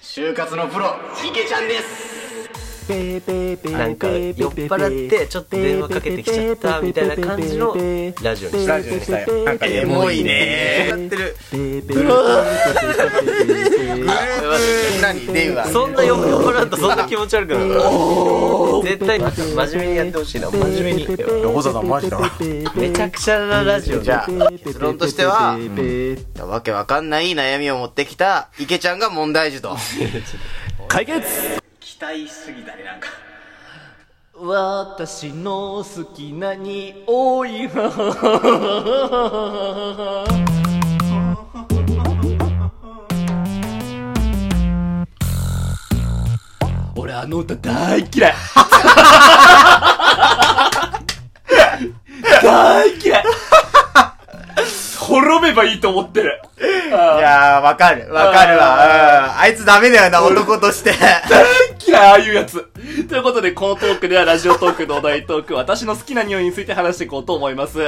就活のプロ池ちゃんですなんか酔っ払ってちょっと電話かけてきちゃったみたいな感じのラジオにしたラジオにしたよなんかエモいねやってる何電話そんな酔っ払うとそんな気持ち悪くなるから絶対真面目にやってほしいな真面目に横澤さんマジだめちゃくちゃなラジオじゃあ結論としては、わけわかんない悩みを持ってきた池ちゃんが問題児 と解決期待しすぎたねなんか私の好きな匂い 俺あの歌大嫌い 大嫌い 滅べばいいと思ってるいやーわかるわかるわうんあいつダメだよな男として嫌い、ああいうやつ。ということで、このトークではラジオトークのお題トーク、私の好きな匂いについて話していこうと思います。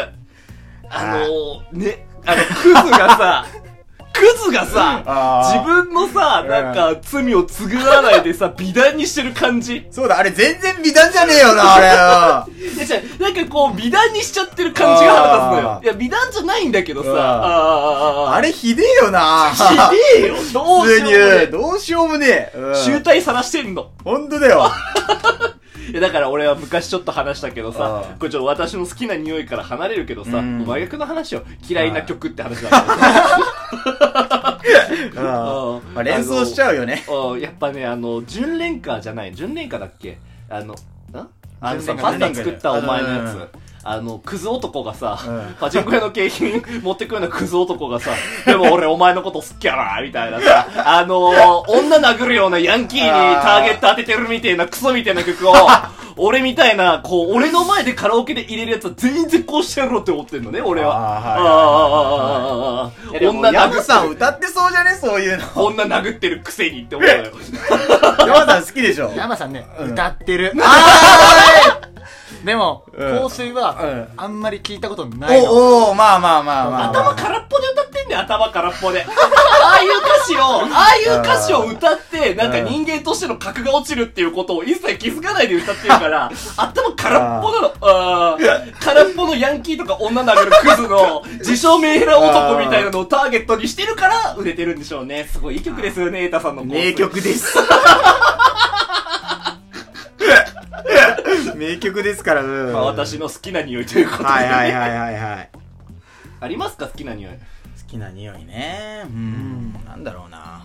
あのー、ね、あの、クズがさ、 クズがさ あ、ー自分のさ、なんか、罪を償わないでさ、美談にしてる感じ。そうだあれ全然美談じゃねえよなあ れいや、違う、なんかこう、美談にしちゃってる感じが腹立つのよあ。ーいや、美談じゃないんだけどさ、うんあーあーあーああれひでえよ なーひでえよ、どう普通しにようもねうえんどうしようもねえうん集大さらしてんの。本当だよいやだから俺は昔ちょっと話したけどああさ、これちょっと私の好きな匂いから離れるけどさ、うん真逆の話を嫌いな曲って話だからうんあまあ連想しちゃうよねうんやっぱね、あの、純恋歌じゃない、純恋歌だっけあの、んあのさ、純恋歌パンダ作ったお前のうんやつ。あの、クズ男がさ、うんパチンコ屋の景品持ってくるようなクズ男がさ、でも俺お前のこと好きやな、みたいなさ、あの女殴るようなヤンキーにターゲット当ててるみたいなクソみたいな曲を、 俺みたいな、こう、俺の前でカラオケで入れるやつは全然こうしてやろうって思ってんのね、俺は。あああああああああいやでもヤ女殴ムささんん歌ってそうじゃねそういうの女殴ってるくせにって思うのよ。 ヤムさん好きでしょ山さんね、歌っ てる。でも、うん香水は、あんまり聞いたことないの。おおまあまあまあまあまあ頭空っぽで歌ってんだよ、頭空っぽで。 ああいう歌詞を、ああいう歌詞を歌って、なんか人間としての格が落ちるっていうことを一切気づかないで歌ってるから、頭空っぽなの。あー空っぽのヤンキーとか女殴るクズの、自称メンヘラ男みたいなのをターゲットにしてるから、売れてるんでしょうね。すごいいい曲ですよね、エータさんの。名。曲 です。名曲ですから、うんまあ私の好きな匂いということで。はいはいはいはいはい。ありますか好きな匂い。好きな匂いね。うん。なんだろうな。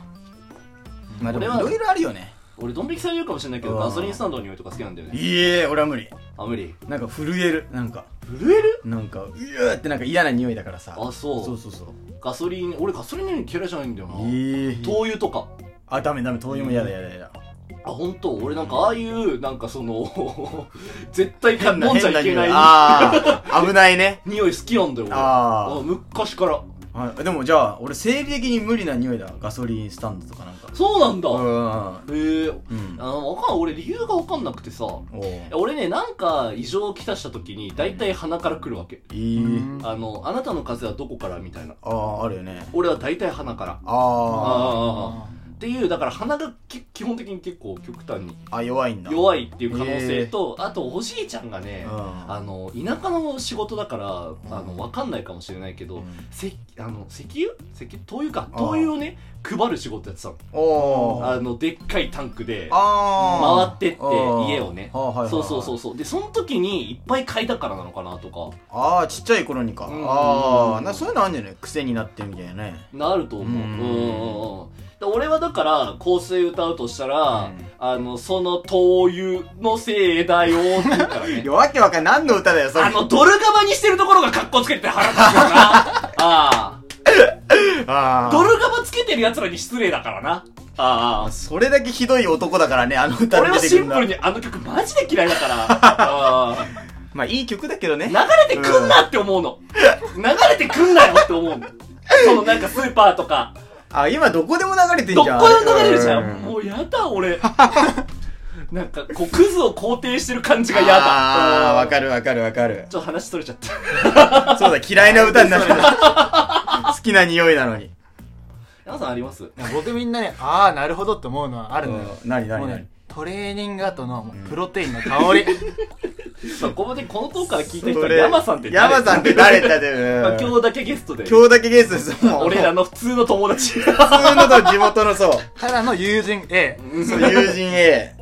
まあでもい俺はろいろあるよね。俺、ドン引きされるかもしれないけど、うんガソリンスタンドの匂いとか好きなんだよね。いえ、俺は無理。あ、無理。なんか震える。なんか、震えるなんか、うーってなんか嫌な匂いだからさ。あ、そう。そうそうそう。ガソリン、俺ガソリンの匂い嫌いじゃないんだよな。ええ。灯油とか。あ、ダメダメ、灯油も嫌だ嫌だ嫌だ。あ、本当俺なんかああいう、なんかその、 絶対か飲んじゃいけ変ないああ、 危ないね。匂い好きなんだよ、俺。あー昔から。あでもじゃあ、俺生理的に無理な匂いだ。ガソリンスタンドとかなんか。そうなんだ。へん。え。うんあの、わかんない。俺理由がわかんなくてさ。おう俺ね、なんか異常をきたした時に、だいたい鼻から来るわけ。いい、あの、あなたの風はどこからみたいな。あああるよね俺はだいたい鼻から。あああ。っていう、だから鼻がき基本的に結構極端にああ弱いんだ弱いいっていう可能性と、あとおじいちゃんがね、うんあの田舎の仕事だからあのわかんないかもしれないけど、うんせあの石油石油灯油かあー灯油をね配る仕事やってたのおおあのでっかいタンクであ回あってって家をねあーはいはいはいそうそうそうそうでその時にいっぱい買いたからなのかなとかああちっちゃい頃にか、うんああなそういうのあんじゃない癖になってみたいなねなると思ううんうんうんうんで俺はだから香水歌うとしたら、うんあのその灯油のせいだよって言うから ねいやわけわかんない何の歌だよそれあの、ドルガバにしてるところが格好つけてて腹立つよな。 ああ。あードルガバつけてる奴らに失礼だからな。あそれだけひどい男だからねあのあ。歌俺では出てくシるンのプルにあの曲マジで嫌いだから。あ あ。まあいい曲だけどね流れてくんなって思うの。流れてくんなよって思うの。そのなんかスーパーとか。あ今どこでも流れてどんっじゃんこでも流れるじゃ。うんもうやだ俺。なんかこう、クズを肯定してる感じがやだ。ああわかる。るわかるわかるちょっと話取れちゃった。 そうだ嫌いな歌になってた好きな匂いなのに皆さんあります僕みんなね、ああ、なるほどって思うのはあるのよ。うん何何もうね何トレーニング後のもうプロテインの香 り。まあここでこのトークから聞いた人こはれ山さんって誰山さんって誰だまあよ今日だけゲストで今日だけゲストです もう俺らの普通の友達普通のと地元のそうただの友人 A。 そう友人 A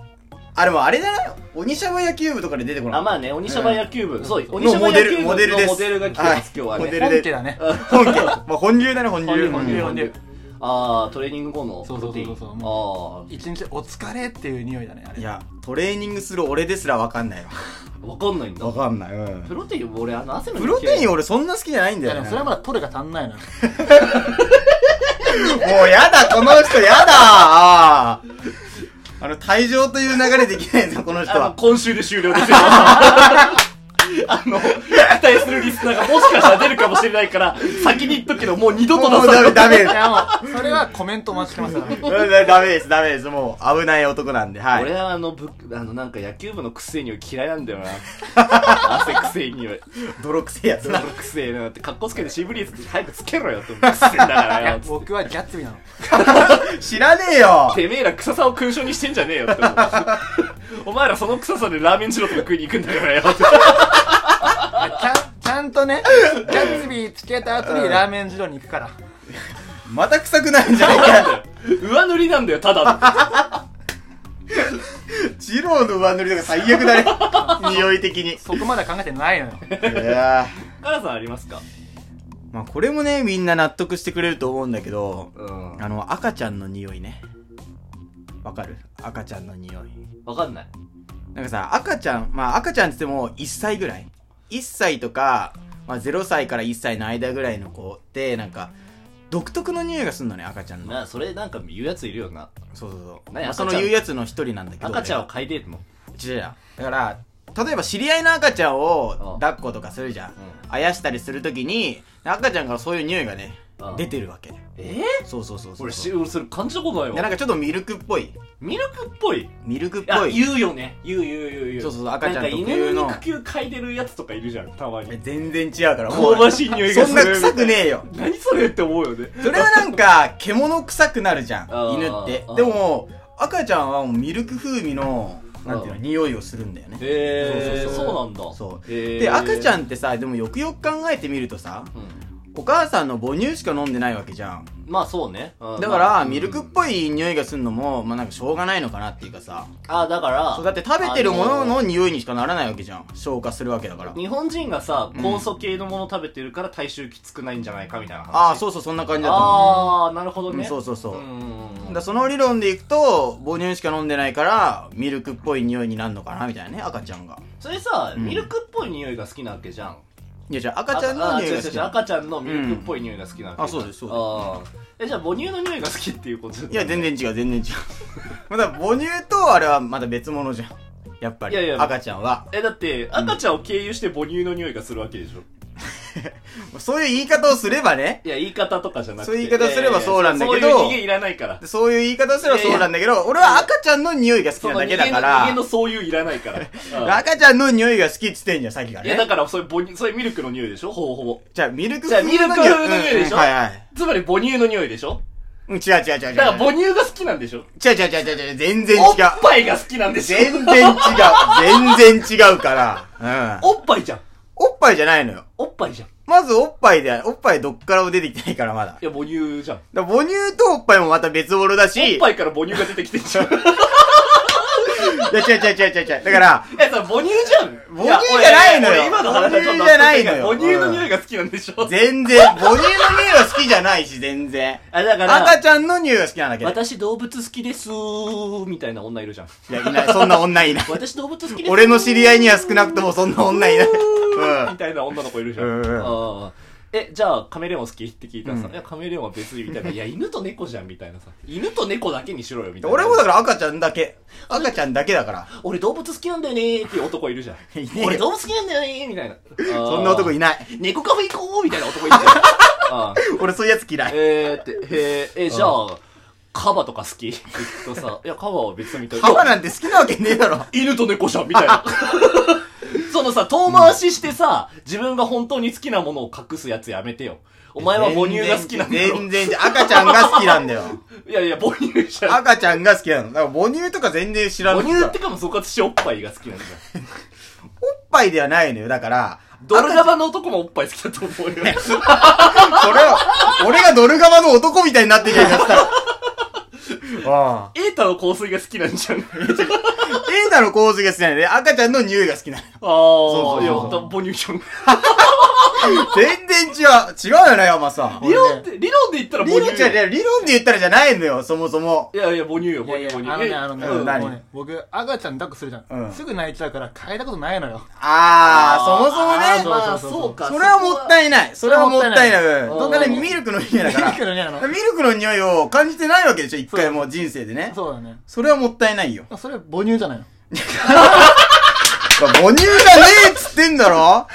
あれもあれだな鬼シャバ野球部とかで出てこない あまあね鬼シャバ野球部、そう鬼シのャバモ野デ球ル部のモモデルですデルが来てます今日はモデねル本で家だね。本家まあ本流だね本流本流本流流ああトレーニング後のそうプそうそうそうロテインああ一日お疲れっていう匂いだね、あれ。いやトレーニングする俺ですらわかんないわわかんないんだわかんないうんプロテイン俺あの汗のプロテインを俺そんな好きじゃないんいだやよでもねそれはまだ取るが足 んないのよ。もうやだこの人やだあの退場という流れできないんだこの人あのは今週で終了ですよ あの期待するリスナーがもしかしたら出るかもしれないから先に言っとくけどもう二度もとう出ダさなメいダメいやもう、それはコメントお待ちしてま すから。ダメですダメですもう危ない男なんではい俺はあのぶあのなんか野球部のくせえ匂い嫌いなんだよ な汗くせえ匂い泥くせえやつそんななのくせえなって格好つけてシーブリーズ早くつけろよって思うくせえんだからよ僕はギャッツビーなの。知らねえよ てめえら臭さを勲章にしてんじゃねえよって思う お前らその臭さでラーメン二郎とか食いに行くんだからよってちゃん、ちゃん とね、ギャッツビーつけた後にラーメン二郎に行くから。また臭くなるんじゃないか上塗りなんだよただ二郎の上塗りとか最悪だね 匂い的にそこまでは考えてないのよ。いやーカラさんありますかまあこれもねみんな納得してくれると思うんだけどうんあの赤ちゃんの匂いねわかる赤ちゃんの匂いわかんないなんかさ、赤ちゃん、まあ赤ちゃんって言っても1歳ぐらい。1歳とか、まあ0歳から1歳の間ぐらいの子って、なんか、独特の匂いがするのね、赤ちゃんの。なそれなんか言うやついるよなそうそうそう。何まあ、赤ちそゃんの言うやつの一人なんだけど。赤ちゃんを嗅いでんの違う違う。だから、例えば知り合いの赤ちゃんをうん抱っことかするじゃん。うあやしたりするときに、赤ちゃんからそういう匂いがねうん、出てるわけ。えそうそうそうそう。俺しで、俺それ感じたことないなんわかちょっとミルクっぽい。ミルクっぽいミルクっぽあい。言うよね言う言う言う言うそうそうそう赤ちゃん特有のなんか犬の肉球嗅いでるやつとかいるじゃんたまに全然違うから、もう香ばしい匂いがそすんるな臭くねえよ。何それって思うよねそれはなんか、獣臭くなるじゃんあ、ー犬ってあー。でも、赤ちゃんはもうミルク風味の、なんていうの、うん匂いをするんだよね。へえそうそそううそうなんだそう。へーで、赤ちゃんってさ、でもよくよく考えてみるとさ、うんお母さんの母乳しか飲んでないわけじゃん。まあそうねうんだから、ミルクっぽい匂いがするのも、まあなんかしょうがないのかなっていうかさ。あだからそうだって食べてるものあのの匂いにしかならないわけじゃん。消化するわけだから。日本人がさ酵素系のもの食べてるから体臭きつくないんじゃないかみたいな話ああ、そうそう、そんな感じだと思う。ああなるほどうんねそうそうそう。うんうんうんだからその理論でいくと、母乳しか飲んでないから、ミルクっぽい匂いになるのかなみたいなね、赤ちゃんが。それさんミルクっぽい匂いが好きなわけじゃんいや、じゃあ赤ちゃんの匂いが好きなああ違う違う違う赤ちゃんのミルクっぽい匂いが好きなわけうんあそうですそうですですえじゃあ母乳の匂いが好きっていうこといや、全然然違う、全然違う。 まだ母乳とあれはまだ別物じゃん。やっぱり。いやいや赤ちゃんは。えだって赤ちゃんを経由して母乳の匂いがするわけでしょそういう言い方をすればね。いや言い方とかじゃなくてそういう言い方すればそうなんだけどそういう逃げいらないからそういう言い方をすればそうなんだけど、俺は赤ちゃんの匂いが好きそなのだ逃けげだかの逃げのら。そういういらな いから赤ちゃんの匂いが好きっつってんじゃん、さっきかいやだらね。からそういう母乳そういうミルクの匂いでしょほぼほぼじゃあ、ミルクじゃあミルク風の匂いでしょうんはいはい。つまり母乳の匂いでしょうん、違う違う違う違う。だから母乳が好きなんでしょ違う違う違う違う違う、全然違う。おっぱいが好きなんでしょ全然違う。全然違うから。うん。おっぱいじゃんおっぱいじゃないのよ。おっぱいじゃんいまずおっぱいで、おっぱいどっからも出てきてないからまだ。や母乳じゃんだから母乳とおっぱいもまた別物だし、おっぱいから母乳が出てきて んじゃんいいや、違う違う違う違う違う。だから、やそれ母乳じゃん母乳じゃないのよや俺今の話はちょっと母乳じゃないのよ母乳の匂いが好きなんでしょ全然、母乳の匂いは好きじゃないし、全然。あだから赤ちゃんの匂いは好きなんだけど。私動物好きですーみたいな女いるじゃんいや、いない。そんな女いない。私動物好きです俺の知り合いには少なくともそんな女いない。うん みたいな女の子いるじゃん。うんうんああえ、じゃあカメレオン好きって聞いたらさ、いや、カメレオンは別にみたいな、いや、犬と猫じゃんみたいなさ、犬と猫だけにしろよみたいな。俺もだから赤ちゃんだけ。赤ちゃんだけだから。俺動物好きなんだよねーっていう男いるじゃ ん。いねえよ俺動物好きなんだよねーみたいな。 そんな男いいない。猫カフェ行こうみたいな男いる じゃん。ああ俺そういうやつ嫌い。えーって、へーえ、じゃあ、カバとか好き って聞くとさ、いや、カバは別にみたいな。母なんて好きなわけねえだろ。犬と猫じゃんみたいな。 そのさ、遠回ししてさ、自分が本当に好きなものを隠すやつやめてよ。お前は母乳が好きなんだろ。全然、赤ちゃんが好きなんだよ。いやいや、母乳じゃん。赤ちゃんが好きなの。だから母乳とか全然知らな母い。乳ってかもそこは私おっぱいが好きなんだよ。おっぱいではないのよ。だから、ドルガバの男もおっぱい好きだと思うよ。 それを、俺がドル側の男みたいになってきました。ああ。エータの香水が好きなんじ ゃん。エータの構図が好きなので、赤ちゃんの匂いが好きなのよ。ああうそうそうー、いや、母乳じゃん。全然違う。違うよね、山さん。理論って、理論で言ったら理母論乳じゃよ。理論で言ったらじゃないのよ、そもそも。いやいや、母乳よ、母乳、母乳。あのね、あのね、うんもうね僕、赤ちゃん抱っこするじゃん。うんすぐ泣いちゃうから、変えたことないのよ。ああ、そもそもあねー。まあ、そうそうそうか。それはもったいない。それはもったいない。うんそれはもそっんたないないね、ミルクの匂いだ から。ミルクの匂いなのミルクの匂いを感じてないわけでしょ、一回もう人生でね。そうだね。それはもったいないよ。それ母乳じゃないの。母乳じゃねえっつってんだろ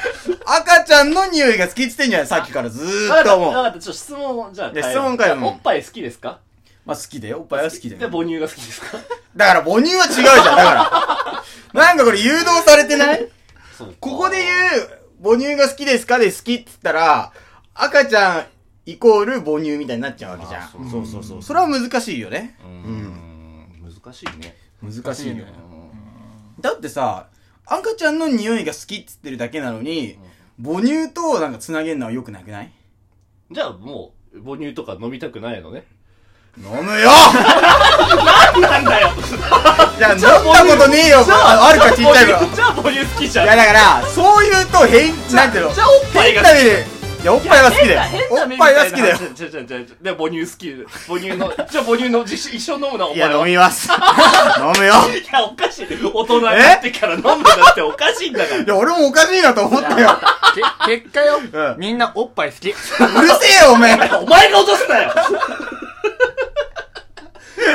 赤ちゃんの匂いが好きっつってんじゃないさっきからずーわっかったとわもう。かった、ちょっと質問を、じゃあいや変え質よう。問変えようじゃあおっぱい好きですかまあ好きだよ。おっぱいは好きだで、よ。母乳が好きで すかだから母乳は違うじゃん。だから。なんかこれ誘導されてないそうここで言う、母乳が好きですかで好きって言ったら、赤ちゃんイコール母乳みたいになっちゃうわけじゃん。そうそうそうそれは難しいよね。うーん、難しいね。難しいよ。だってさ、赤ちゃんの匂いが好きっつってるだけなのに、母乳となんか繋げるのは良くなくないじゃあもう、母乳とか飲みたくないのね。飲む よなんだよじゃあ飲んだことねえよああるかちっちゃい頃。 じゃあ母乳好きじゃいん。やだから、そう言うと変、なんていうのじゃあおっぱい変がな目でいや、おっぱいは好きだよ。おっぱいは好きだよ。じゃじゃじゃじゃで、母乳好き。母乳の、 じゃあ母乳の、一緒に飲むな、いお前や、飲は。いみ ます。飲むよ。や、おかしい。大人になってから飲むだっておかしいんだからい。や、俺もおかしいなと思ったよ。け結果よ、うんみんなおっぱい好き。うるせえよ、おめえ。お前が落とすなよ